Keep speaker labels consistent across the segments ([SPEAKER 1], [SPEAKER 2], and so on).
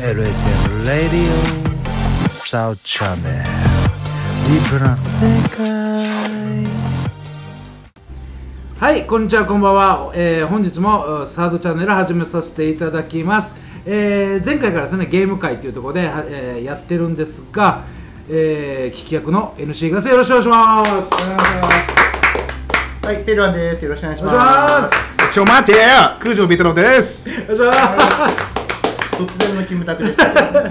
[SPEAKER 1] LSM Radio South Channel リブラン世界
[SPEAKER 2] はい、こんにちは、こんばんは。えー本日もえーサードチャンネル始めさせていただきます。えー前回からですね、ゲーム会というところで、はえーやってるんですが、えー聞き役の NC ガスよろしくお願いします。
[SPEAKER 3] お願いします。はい、ペルワンです。よろしくお願いし
[SPEAKER 2] お
[SPEAKER 3] ま。
[SPEAKER 2] 願いしますす。
[SPEAKER 4] ちょ待てよ九条ビトロです
[SPEAKER 2] お願いします。
[SPEAKER 3] 突然のキムタクでしたけ ども。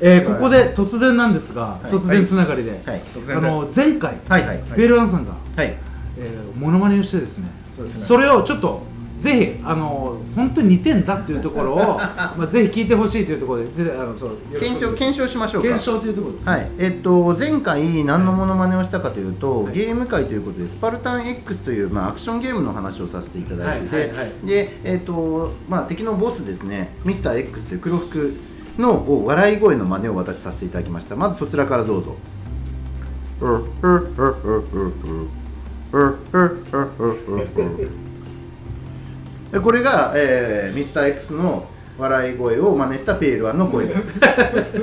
[SPEAKER 2] えーここで突然なんですが、
[SPEAKER 3] い
[SPEAKER 2] 突然つながりで、
[SPEAKER 3] はい、
[SPEAKER 4] 突
[SPEAKER 2] あ
[SPEAKER 4] 然で
[SPEAKER 2] の前回、
[SPEAKER 3] はい、はい、
[SPEAKER 2] ベルワンさんが、
[SPEAKER 3] はい、
[SPEAKER 2] えー、モノマネをしてですね
[SPEAKER 3] そうですね
[SPEAKER 2] れをちょっとぜひあの本当に似てんだっていうところ をまあぜひ聞いてほしいというところでぜひあのそうよろしく
[SPEAKER 3] 検証、検証しましょうか。
[SPEAKER 2] 検証というところです
[SPEAKER 3] はい、えっと、前回何のモノマネをしたかというと、ゲーム会ということでスパルタン X という、まあ、アクションゲームの話をさせていただいてて、
[SPEAKER 2] はいはいは
[SPEAKER 3] で、えっとまあ、敵のボスですねミスター X という黒服のこう笑い声の真似を私させていただきましたまずそちらからどうぞでこれが、えー、ミスター X の笑い声を真似したペールワンの声です、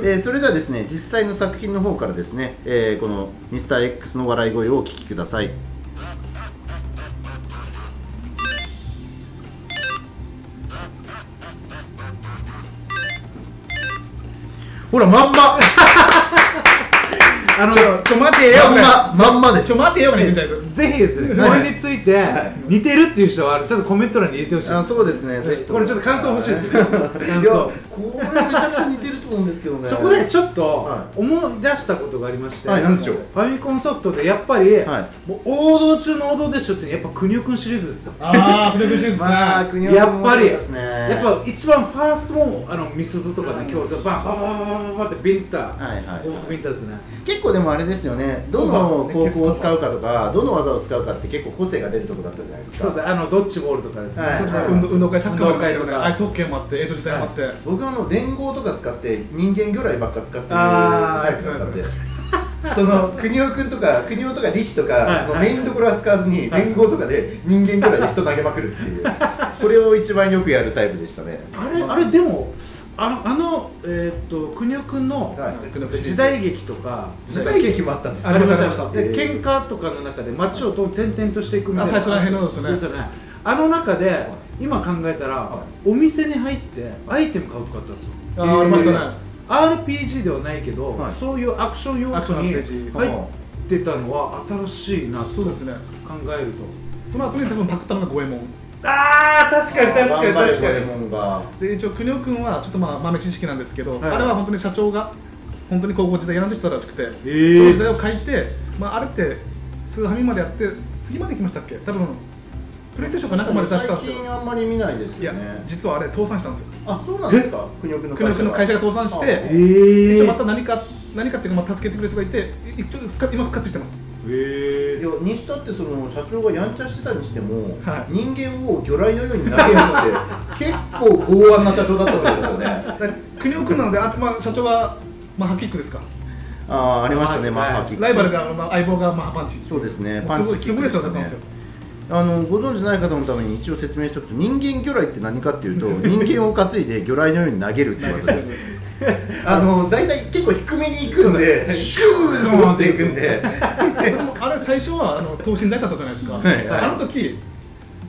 [SPEAKER 3] えーそれではですね実際の作品の方からですね、えーこのミスター X の笑い声をお聞きくださいほらまんま
[SPEAKER 2] あの
[SPEAKER 4] ちょ待て
[SPEAKER 3] まんままんまです
[SPEAKER 4] ちょ待てよが出てんじゃないですか
[SPEAKER 2] ぜひですねこ
[SPEAKER 3] はい
[SPEAKER 2] れについて似てるっていう人はあのちょっとコメント欄に入れてほしい
[SPEAKER 3] あ
[SPEAKER 2] です
[SPEAKER 3] そうですねぜひとも
[SPEAKER 2] これちょっと感想欲しいですね感
[SPEAKER 3] いや
[SPEAKER 2] 想
[SPEAKER 3] これめちゃくちゃ似てると思うんですけどね
[SPEAKER 2] そこでちょっと
[SPEAKER 3] は
[SPEAKER 2] 思い出したことがありまして、
[SPEAKER 3] はい何でしょう
[SPEAKER 2] ファミコンソフトでやっぱり、
[SPEAKER 3] は
[SPEAKER 2] もう王道中の王道でしょってやっぱくにゅくんシリーズですよ
[SPEAKER 4] あー、プレクシーズ
[SPEAKER 3] まあ
[SPEAKER 4] さん
[SPEAKER 3] 国
[SPEAKER 2] やっぱり、
[SPEAKER 3] ですね
[SPEAKER 2] やっぱ一番ファーストもあのミスズとかね、今日バンバンバンバンバンバンってビンタ、
[SPEAKER 3] はいはい
[SPEAKER 2] 往復ビンタですね。
[SPEAKER 3] 結構でもあれですよねどの高校を使うかとかどの技を使うかって結構個性が出るとこだったじゃないです
[SPEAKER 2] そう
[SPEAKER 3] か
[SPEAKER 2] ですね、あのドッジボールとかですね。
[SPEAKER 3] はいはい
[SPEAKER 4] 運動運動会、サッカーもありましたよ
[SPEAKER 2] 運動会と
[SPEAKER 4] ね
[SPEAKER 2] か
[SPEAKER 4] アイスホッケーもあって、エイト時代もあって
[SPEAKER 3] 僕はあの連合とか使って人間魚雷ばっか使ってる
[SPEAKER 2] あー
[SPEAKER 3] タイプだったんでその国尾君とか国尾とか力と
[SPEAKER 2] はい
[SPEAKER 3] かそのメインところは使わずに連合とかで人間魚雷で人投げまくるっていうこれを一番よくやるタイプでしたね
[SPEAKER 2] あれ、あれでも、あの、あの、えーっと、くにゅくんの
[SPEAKER 3] はい
[SPEAKER 2] 時代劇とか。
[SPEAKER 3] 時代劇もあったんです
[SPEAKER 4] ありましたありました
[SPEAKER 2] で、
[SPEAKER 3] え
[SPEAKER 2] 喧
[SPEAKER 3] ー
[SPEAKER 2] 嘩とかの中で、街をと転々としていくみたいな。
[SPEAKER 4] あ最初らへんのですよね
[SPEAKER 2] あの中で、今考えたら、お店に入って、アイテム買うとかあったんですよ。
[SPEAKER 4] あー、ありましたね
[SPEAKER 2] RPG ではないけど、
[SPEAKER 3] はい
[SPEAKER 2] そういうアクション要素に入
[SPEAKER 4] アクション RPG
[SPEAKER 2] ってたのは新しいなと
[SPEAKER 4] そう
[SPEAKER 2] 考
[SPEAKER 4] ですね
[SPEAKER 2] えると
[SPEAKER 4] その後に多分パクったのが五右衛門
[SPEAKER 2] ああ確かに確かに確かに
[SPEAKER 3] にが
[SPEAKER 4] で、一応、くにょくんはちょっとまあ豆知識なんですけど
[SPEAKER 2] はい
[SPEAKER 4] あれは本当に社長が本当に高校時代やらんとしてたらしくてそ
[SPEAKER 2] ー
[SPEAKER 4] の時代を書いて、まああれってスーハミまでやって、次まで来ましたっけ多分プレイステーションか中まで出したん
[SPEAKER 3] 最
[SPEAKER 4] ですよ
[SPEAKER 3] 近あんまり見ないです
[SPEAKER 4] い
[SPEAKER 3] よ
[SPEAKER 4] や
[SPEAKER 3] ね、
[SPEAKER 4] 実はあれ倒産したんですよ
[SPEAKER 3] あそうなんですか国尾君の
[SPEAKER 4] 苦肉の会社が倒産して
[SPEAKER 3] あ
[SPEAKER 2] え
[SPEAKER 3] ー
[SPEAKER 2] ー、
[SPEAKER 4] 一応また何か何かっていうか、まあ、助けてくれる人がいてい一応復活今復活してます
[SPEAKER 2] え
[SPEAKER 3] いやにしたってその社長がやんちゃしてたにしても、
[SPEAKER 4] は
[SPEAKER 3] 人間を魚雷のように投げるので結構剛腕な社長だったんですよね
[SPEAKER 4] だ から国尾君なのであ、まあ、社長は、まあ、ハキックですか
[SPEAKER 3] ああありましたね
[SPEAKER 2] はい
[SPEAKER 3] マッハキック
[SPEAKER 4] ライバルが、まあ、相棒が、まあ、パンチ
[SPEAKER 3] そうですね
[SPEAKER 4] もう
[SPEAKER 3] パンチ
[SPEAKER 4] すごい優れてたんですよ
[SPEAKER 3] あのご存知ない方のために一応説明しておくと人間魚雷って何かっていうと人間を担いで魚雷のように投げるっていう技ですあの大体結構低めに行くんでシューッと落ちていくんで
[SPEAKER 4] それもあれ最初はあの等身大だったじゃないですか、
[SPEAKER 3] はいはい
[SPEAKER 4] あの時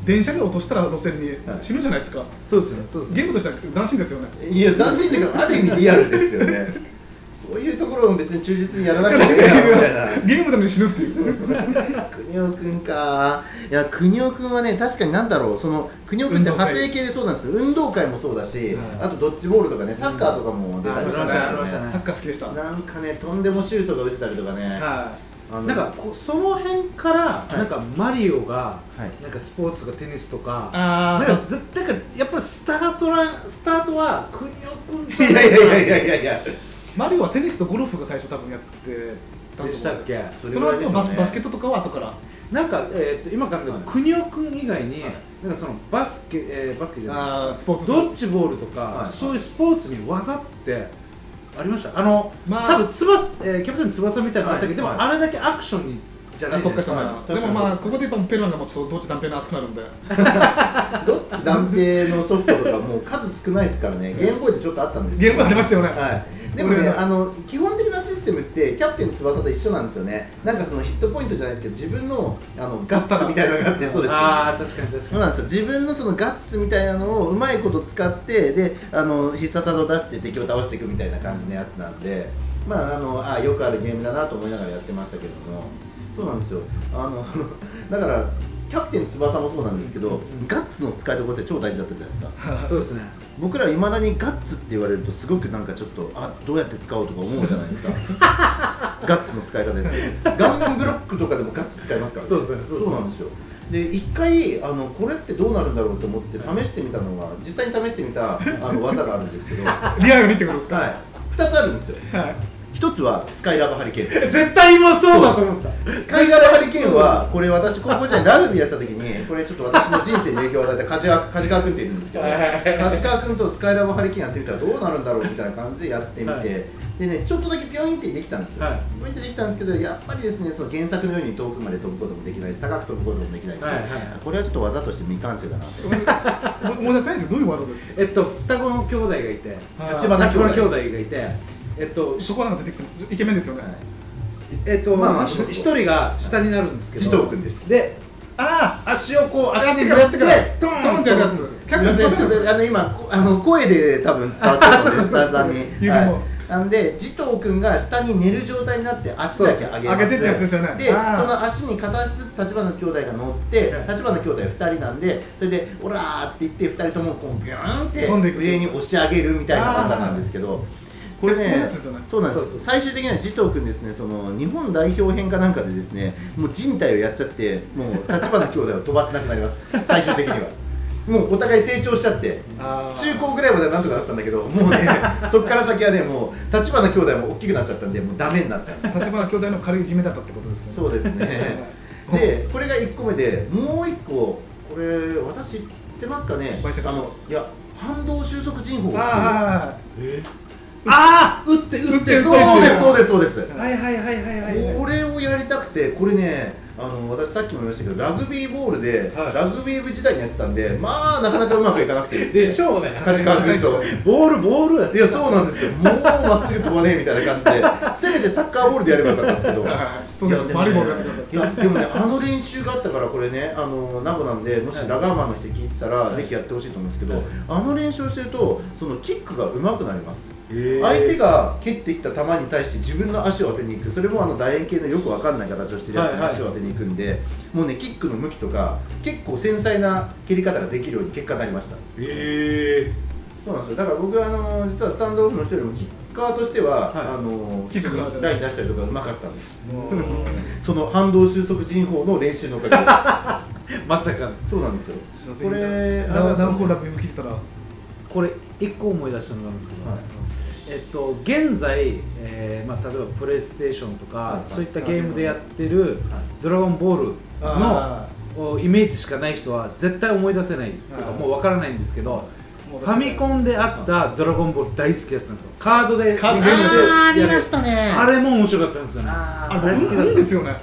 [SPEAKER 4] 電車で落としたら路線に
[SPEAKER 3] はい
[SPEAKER 4] 死ぬじゃないですか、
[SPEAKER 2] そうですねそうですね
[SPEAKER 4] ゲームとしては斬新ですよね
[SPEAKER 3] いや斬新っ ていうかある意味リアルですよねそういうところも別に忠実にやらなきゃいけないなみたいな
[SPEAKER 4] ゲームなのに死ぬっていう
[SPEAKER 3] 国尾くんかいや国尾くんはね確かになんだろうその国尾くんって派生系でそうなんですよ運動会もそうだし、
[SPEAKER 2] はい
[SPEAKER 3] あとドッジボールとかねサッカーとかも出たりしたんです
[SPEAKER 2] ありま
[SPEAKER 3] よ
[SPEAKER 2] したね
[SPEAKER 3] ね
[SPEAKER 4] サッカー好きでした、
[SPEAKER 3] なんかねとんでもシュートが打てたりとかね、
[SPEAKER 4] は
[SPEAKER 3] あの
[SPEAKER 2] なんかこうその辺から、
[SPEAKER 3] い
[SPEAKER 2] なんかマリオが、
[SPEAKER 3] はい
[SPEAKER 2] なんかスポーツとかテニスとか
[SPEAKER 4] あー
[SPEAKER 2] なんかずなんかやっぱりスタートラスタートは国尾くん
[SPEAKER 3] いやいやいやいやいやいや
[SPEAKER 4] い、マリオはテニスとゴルフが最初多分やってたん
[SPEAKER 2] で
[SPEAKER 4] で
[SPEAKER 2] し
[SPEAKER 4] す
[SPEAKER 2] た
[SPEAKER 4] よ
[SPEAKER 2] っけ
[SPEAKER 4] その後バスバスケ
[SPEAKER 3] ッ
[SPEAKER 4] ットとかは後から
[SPEAKER 2] なんか、えー、と今考えたら、国尾君以外に、なんかそのバスケ、えーバスケじゃない
[SPEAKER 4] あースポーツ
[SPEAKER 2] ドッジボールとか、
[SPEAKER 3] はい
[SPEAKER 2] そういうスポーツに技ってありましたあの、
[SPEAKER 4] まあ
[SPEAKER 2] 多分翼、えーキャプテン翼みたいなのあったけど、
[SPEAKER 3] はい
[SPEAKER 2] でもあれだけアクションにじゃない
[SPEAKER 4] 特化し
[SPEAKER 2] です
[SPEAKER 4] たな
[SPEAKER 3] うん
[SPEAKER 4] でもまあここでやっぱペルアンがもうちょっとどっち断片が熱くなるんで
[SPEAKER 3] どっち断平のソフトとかもう数少ないですからね、ゲームボーイでちょっとあったんです
[SPEAKER 4] ゲームありましたよね
[SPEAKER 3] はい、でもね
[SPEAKER 4] 俺ら
[SPEAKER 3] あの、基本的なシステムって、キャプテン翼と一緒なんですよね、なんかそのヒットポイントじゃないですけど、自分のあのガッツみたいなのがあって、そうです。
[SPEAKER 2] ああ確かに確
[SPEAKER 3] そ
[SPEAKER 2] か
[SPEAKER 3] う
[SPEAKER 2] に
[SPEAKER 3] なんですよ自分のそのガッツみたいなのをうまいこと使ってであの必殺技を出して敵を倒していくみたいな感じのやつなんで、まあ、あのあよくあるゲームだなと思いながらやってましたけどもそうなんですよあの だからキャプテン翼もそうなんですけど、ガッツの使いどころって超大事だったじゃないですか
[SPEAKER 2] そうですね
[SPEAKER 3] 僕らいまだにガッツって言われるとすごくなんかちょっとあどうやって使おうとか思うじゃないですか ガッツの使い方ですよガンガンブロックとかでもガッツ使いますからね
[SPEAKER 2] そうですねそうですね
[SPEAKER 3] そうなんですよで一回あのこれってどうなるんだろうと思って試してみたのが実際に試してみたあの技があるんで すけどはい
[SPEAKER 4] リアルにってことですかは
[SPEAKER 3] 2つあるんですよ
[SPEAKER 4] い、
[SPEAKER 3] 1つはスカイラブハリケーンです
[SPEAKER 2] 絶対今そうだと思った
[SPEAKER 3] スカイラブハリケーンはこれ私高校時代ラグビーやった時にこれちょっと私の人生に影響を与えた梶川梶川君っているんですけど
[SPEAKER 2] はいはいは
[SPEAKER 3] 梶川君とスカイラブハリケーンやってみたらどうなるんだろうみたいな感じでやってみて、
[SPEAKER 2] はい
[SPEAKER 3] でねちょっとだけピョインってできたんですよ、
[SPEAKER 2] はい
[SPEAKER 3] ピョインってできたんですけどやっぱりですねその原作のように遠くまで飛ぶこともできないし高く飛ぶこともできないし、
[SPEAKER 2] はいはい
[SPEAKER 3] これはちょっと技として未完成だなって
[SPEAKER 4] も思い出せないですよどういう技ですか
[SPEAKER 2] えっと双子の兄弟がいて
[SPEAKER 4] はい
[SPEAKER 3] 立花
[SPEAKER 2] 立花兄
[SPEAKER 3] 兄
[SPEAKER 2] 弟
[SPEAKER 3] 弟
[SPEAKER 2] がいてえっと
[SPEAKER 4] そこはなんか出てきてますイケメンですよね、
[SPEAKER 2] えっと、
[SPEAKER 3] まあまあ
[SPEAKER 2] ひ一人が下になるんですけど、
[SPEAKER 3] 慈瞳君です
[SPEAKER 2] で、
[SPEAKER 4] あ
[SPEAKER 2] 足をこう、足
[SPEAKER 4] やって
[SPEAKER 2] に
[SPEAKER 4] からやってから
[SPEAKER 2] やトーン
[SPEAKER 4] トーンってやるやつ
[SPEAKER 2] そうそう
[SPEAKER 3] キャプテンちょっとあの今こあの声で多分伝わってるのでスタッフさんに
[SPEAKER 4] 指。も
[SPEAKER 3] はいなんで、慈瞳君が下に寝る状態になって足だけ上げます
[SPEAKER 4] そうです上げてってやつですよね
[SPEAKER 3] でそ
[SPEAKER 4] あー
[SPEAKER 3] の足に片足ずつ立花兄弟が乗って
[SPEAKER 2] はい
[SPEAKER 3] 立花兄弟2人なんでそれで「オラー!」って言って2人ともこうビューンって
[SPEAKER 4] 飛んでいく
[SPEAKER 3] 上に押し上げるみたいな技なんですけどこれ
[SPEAKER 4] そういう
[SPEAKER 3] ね
[SPEAKER 4] やつですよね
[SPEAKER 3] そうなんで
[SPEAKER 2] そうそう
[SPEAKER 3] す最終的には慈瞳君ですねその日本代表編かなんかでですねもう人体をやっちゃってもう立花兄弟を飛ばせなくなります最終的には。もうお互い成長しちゃって
[SPEAKER 2] あー
[SPEAKER 3] 中高ぐらいまではなんとかだったんだけどもう ねそこから先はねもう立花兄弟も大きくなっちゃったんでもうダメになっちゃう
[SPEAKER 4] あ立花兄弟の軽いいじめだったってことですよね
[SPEAKER 3] そうですね でこれが1個目でもう1個これ私知ってますかね
[SPEAKER 4] バイセク
[SPEAKER 3] あ
[SPEAKER 4] ス
[SPEAKER 3] のいや反動収束人法っていう
[SPEAKER 4] あ
[SPEAKER 2] あー、打って、打って、
[SPEAKER 3] そうですそう
[SPEAKER 2] で
[SPEAKER 3] ですそうです、
[SPEAKER 2] すはいはいはいはいはい
[SPEAKER 3] これをやりたくてこれねあの私さっきも言いましたけどラグビーボールで、
[SPEAKER 2] はい
[SPEAKER 3] ラグビー部時代にやってたんでまあなかなかうまくいかなくてですね
[SPEAKER 2] でしょうね
[SPEAKER 3] 梶川君と
[SPEAKER 2] ボール、ボー
[SPEAKER 3] い
[SPEAKER 2] ル
[SPEAKER 3] やそうなんですよ、もうまっすぐ飛ばねえみたいな感じで、せめてサッカーボールでやればよかったんですけど
[SPEAKER 4] はい はい、そうです
[SPEAKER 3] もね
[SPEAKER 4] 悪いボールやってください
[SPEAKER 3] いやでもね、あの練習があったから、これね、あの名護なんで、もしラガーマンの人聞いてたら、ぜひやってほしいと思うんですけど、あの練習をしてると、そのキックが上手くなります。相手が蹴ってきた球に対して自分の足を当てに行くそれもあの楕円形のよくわかんない形をしてるやつに
[SPEAKER 2] はいはい
[SPEAKER 3] 足を当てに行くんで、もうねキックの向きとか結構繊細な蹴り方ができるように結果になりました
[SPEAKER 2] え
[SPEAKER 3] そうなんですよだから僕はあの実はスタンドオフの人よりもキッカーとしては、
[SPEAKER 2] はい
[SPEAKER 3] あの
[SPEAKER 4] キックが
[SPEAKER 3] ライン出したりとかうまかったんです
[SPEAKER 2] ー
[SPEAKER 3] その反動収束人法の練習のおかげで
[SPEAKER 2] まさかの
[SPEAKER 3] そうなんですよこ
[SPEAKER 4] こ
[SPEAKER 3] れ
[SPEAKER 4] れ
[SPEAKER 3] あの
[SPEAKER 4] ダウンホールラップ今聞いてたら
[SPEAKER 2] これ、一個思い出したのがあるんですけど、
[SPEAKER 3] はい
[SPEAKER 2] えっと、現在、えーまあ、例えばプレイステーションとか、
[SPEAKER 3] はいはい
[SPEAKER 2] そういったゲームでやってる「ドラゴンボールの」
[SPEAKER 4] あ
[SPEAKER 2] おイメージしかない人は絶対思い出せないとか
[SPEAKER 4] はい
[SPEAKER 2] もうわからないんですけど
[SPEAKER 4] も
[SPEAKER 2] フ
[SPEAKER 4] う
[SPEAKER 2] ァミコンであった「ドラゴンボール」大好きだったんですよカードで
[SPEAKER 4] カード
[SPEAKER 2] ゲームで
[SPEAKER 3] あーあり
[SPEAKER 2] やる
[SPEAKER 3] ましたね
[SPEAKER 2] あれも面白かったんですよね
[SPEAKER 3] あ
[SPEAKER 4] あ
[SPEAKER 2] 大
[SPEAKER 4] れ
[SPEAKER 2] 好
[SPEAKER 4] い
[SPEAKER 2] きだっ
[SPEAKER 4] い
[SPEAKER 2] た
[SPEAKER 4] ですよね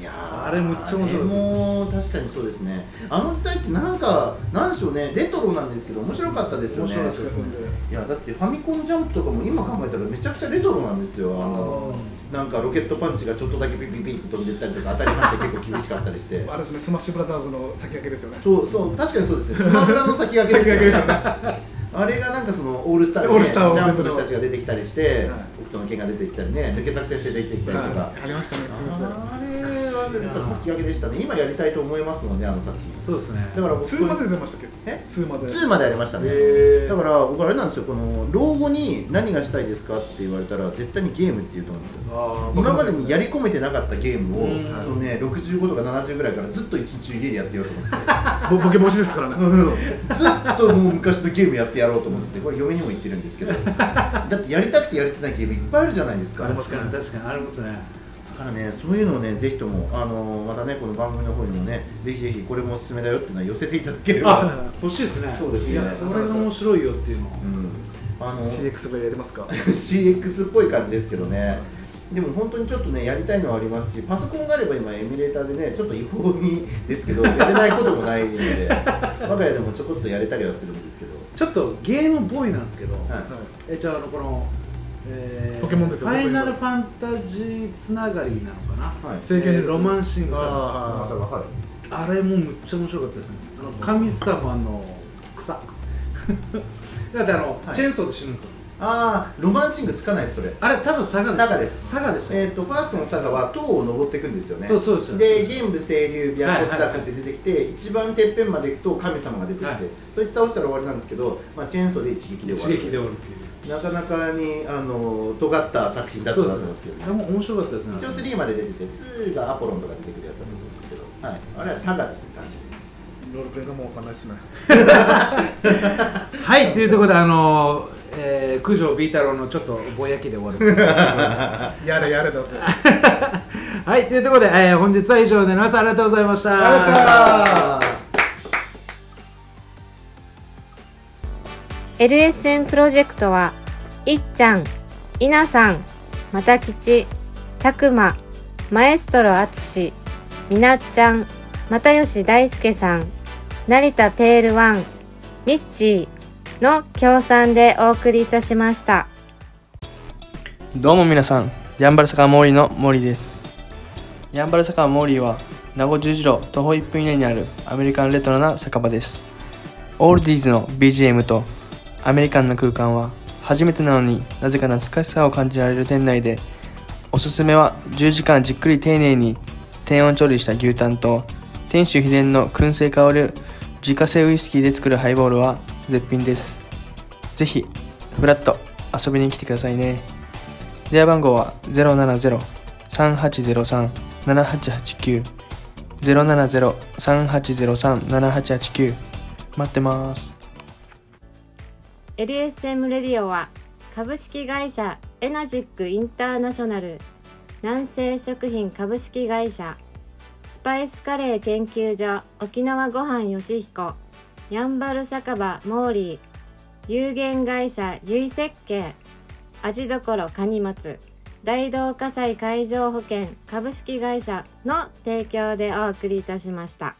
[SPEAKER 3] いや
[SPEAKER 2] あれむっちゃ面白い
[SPEAKER 3] もう確かにそうですねあの時代ってなんかなんでしょうねレトロなんですけど面白かったですよね
[SPEAKER 4] 面白かったですね
[SPEAKER 3] いやだってファミコンジャンプとかも今考えたらめちゃくちゃレトロなんですよあのなんかロケットパンチがちょっとだけピピピって飛んでったりとか当たり前って結構厳しかったり して
[SPEAKER 4] あれですねスマッシュブラザーズの先駆けですよね
[SPEAKER 3] そうそう確かにそうですねスマブラの先駆けで
[SPEAKER 4] 先
[SPEAKER 3] すよ
[SPEAKER 4] 駆けですよ
[SPEAKER 3] ね
[SPEAKER 4] ね
[SPEAKER 3] あれがなんかそのオールスターで、ね、
[SPEAKER 4] オールスターを
[SPEAKER 3] ジャンプ
[SPEAKER 4] 全
[SPEAKER 3] の人
[SPEAKER 4] 部の
[SPEAKER 3] たちが出てきたりして、
[SPEAKER 4] はい
[SPEAKER 3] 北斗の拳が出てきたりね抜け作先生出てきたりとか、
[SPEAKER 4] はいありましたね
[SPEAKER 3] あれはやっぱ先駆けでしたね今やりたいと思いますもんねあの作品
[SPEAKER 2] そうですね
[SPEAKER 3] だから僕
[SPEAKER 4] 2まで出ましたっけ
[SPEAKER 3] え
[SPEAKER 4] 2まで
[SPEAKER 3] 2までありましたね
[SPEAKER 2] へー
[SPEAKER 3] だから僕あれなんですよこの老後に何がしたいですかって言われたら絶対にゲームって言うと思うんですよ
[SPEAKER 2] あー
[SPEAKER 3] 今までにやり込めてなかったゲームを、
[SPEAKER 2] うん
[SPEAKER 3] あのね、65とか70ぐらいからずっと一日中家でやってようと思って
[SPEAKER 4] ボボケ防止ですからね
[SPEAKER 3] うんうんずっともう昔のゲームやってやろうと思っててこれ嫁にも言ってるんですけどだってやりたくてやれてないゲームいっぱいあるじゃないですかだ
[SPEAKER 2] 確かに確かにありますね
[SPEAKER 3] からねそういうのをねぜひともあのまたねこの番組の方にもねぜひぜひこれもおすすめだよっていうのは寄せていただければ、
[SPEAKER 2] あ欲しいですね
[SPEAKER 3] そうですね
[SPEAKER 2] いやこれが面白いよっていうの
[SPEAKER 3] うん、あの
[SPEAKER 4] CX 部やりますか
[SPEAKER 3] CX っぽい感じですけどねでも本当にちょっとねやりたいのはありますしパソコンがあれば今エミュレーターでねちょっと違法にですけどやれないこともないので我が家でもちょこっとやれたりはするんですけど
[SPEAKER 2] ちょっとゲームボーイなんですけど、
[SPEAKER 3] はい
[SPEAKER 2] えじゃああのこの、え
[SPEAKER 4] ポケモンですよ
[SPEAKER 2] ファイナル
[SPEAKER 4] ポ
[SPEAKER 2] フ
[SPEAKER 4] ケ
[SPEAKER 2] ァンタジーつながりなのかな、
[SPEAKER 3] はい
[SPEAKER 4] 聖剣伝
[SPEAKER 2] え
[SPEAKER 4] 説
[SPEAKER 2] ーロマンシングさ
[SPEAKER 4] あ
[SPEAKER 3] ま
[SPEAKER 4] ー
[SPEAKER 3] さかはい
[SPEAKER 2] んあれもむっちゃ面白かったですねあの神様の 草だってあの、
[SPEAKER 3] はい
[SPEAKER 2] チェーンソーで死ぬんですよ
[SPEAKER 3] ああロマンシングつかないですそれ
[SPEAKER 2] あれ多分佐賀
[SPEAKER 3] 佐賀です
[SPEAKER 2] 佐賀でしたね、
[SPEAKER 3] えー、とファーストの佐賀は塔を登っていくんですよね
[SPEAKER 2] そうそうですよ
[SPEAKER 3] で玄武清流白
[SPEAKER 2] はい
[SPEAKER 3] 骨
[SPEAKER 2] はい
[SPEAKER 3] 濁って出てきて、一番てっぺんまで行くと神様が出てき
[SPEAKER 2] は
[SPEAKER 3] て、
[SPEAKER 2] い
[SPEAKER 3] そいつ倒したら終わりなんですけど、まあ、チェーンソーで一撃で
[SPEAKER 2] 一
[SPEAKER 3] 終わる
[SPEAKER 2] 撃で終わるっていう
[SPEAKER 3] なかなかにあの尖った作品だった
[SPEAKER 2] そう
[SPEAKER 3] と
[SPEAKER 2] で
[SPEAKER 3] 思
[SPEAKER 2] すね
[SPEAKER 3] うんですけ
[SPEAKER 2] で
[SPEAKER 3] ど、
[SPEAKER 2] も面白かったですね
[SPEAKER 3] 一応3まで出てて2がアポロンとか出てくるやつだと思うんですけど、はい、あれは佐賀ですね単純に
[SPEAKER 4] ロールプレイがもうわかんないですね
[SPEAKER 2] はいというところであの、えー、九条 B 太郎のちょっとぼやきで終わる
[SPEAKER 4] やれやれだぜ
[SPEAKER 2] はいというところで、えー本日は以上になりますありがとうございました
[SPEAKER 4] ありがとうございました
[SPEAKER 3] あー
[SPEAKER 5] LSN プロジェクトはいっちゃん、いなさん、またきち、たくま、マエストロあつし、みなっちゃん、またよし大輔さん、成田ペールワン、ミッチーの協賛でお送りいたしました。
[SPEAKER 6] どうも皆さん、ヤンバル坂モーリーのモーリーです。ヤンバル坂モーリーは、名護十字路徒歩1分以内にあるアメリカンレトロな酒場です。オールディーズの BGM とアメリカンな空間は、初めてなのになぜか懐かしさを感じられる店内で、おすすめは10時間じっくり丁寧に低温調理した牛タンと、店主秘伝の燻製香る自家製ウイスキーで作るハイボールは絶品です。ぜひ、フラッと遊びに来てくださいね。電話番号は070-3803-7889 070-3803-7889待ってます。
[SPEAKER 5] LSM レディオは株式会社エナジックインターナショナル南西食品株式会社スパイスカレー研究所沖縄ごはんよしひこやんばる酒場モーリー有限会社ゆい設計味どころかにまつ大同火災海上保険株式会社の提供でお送りいたしました。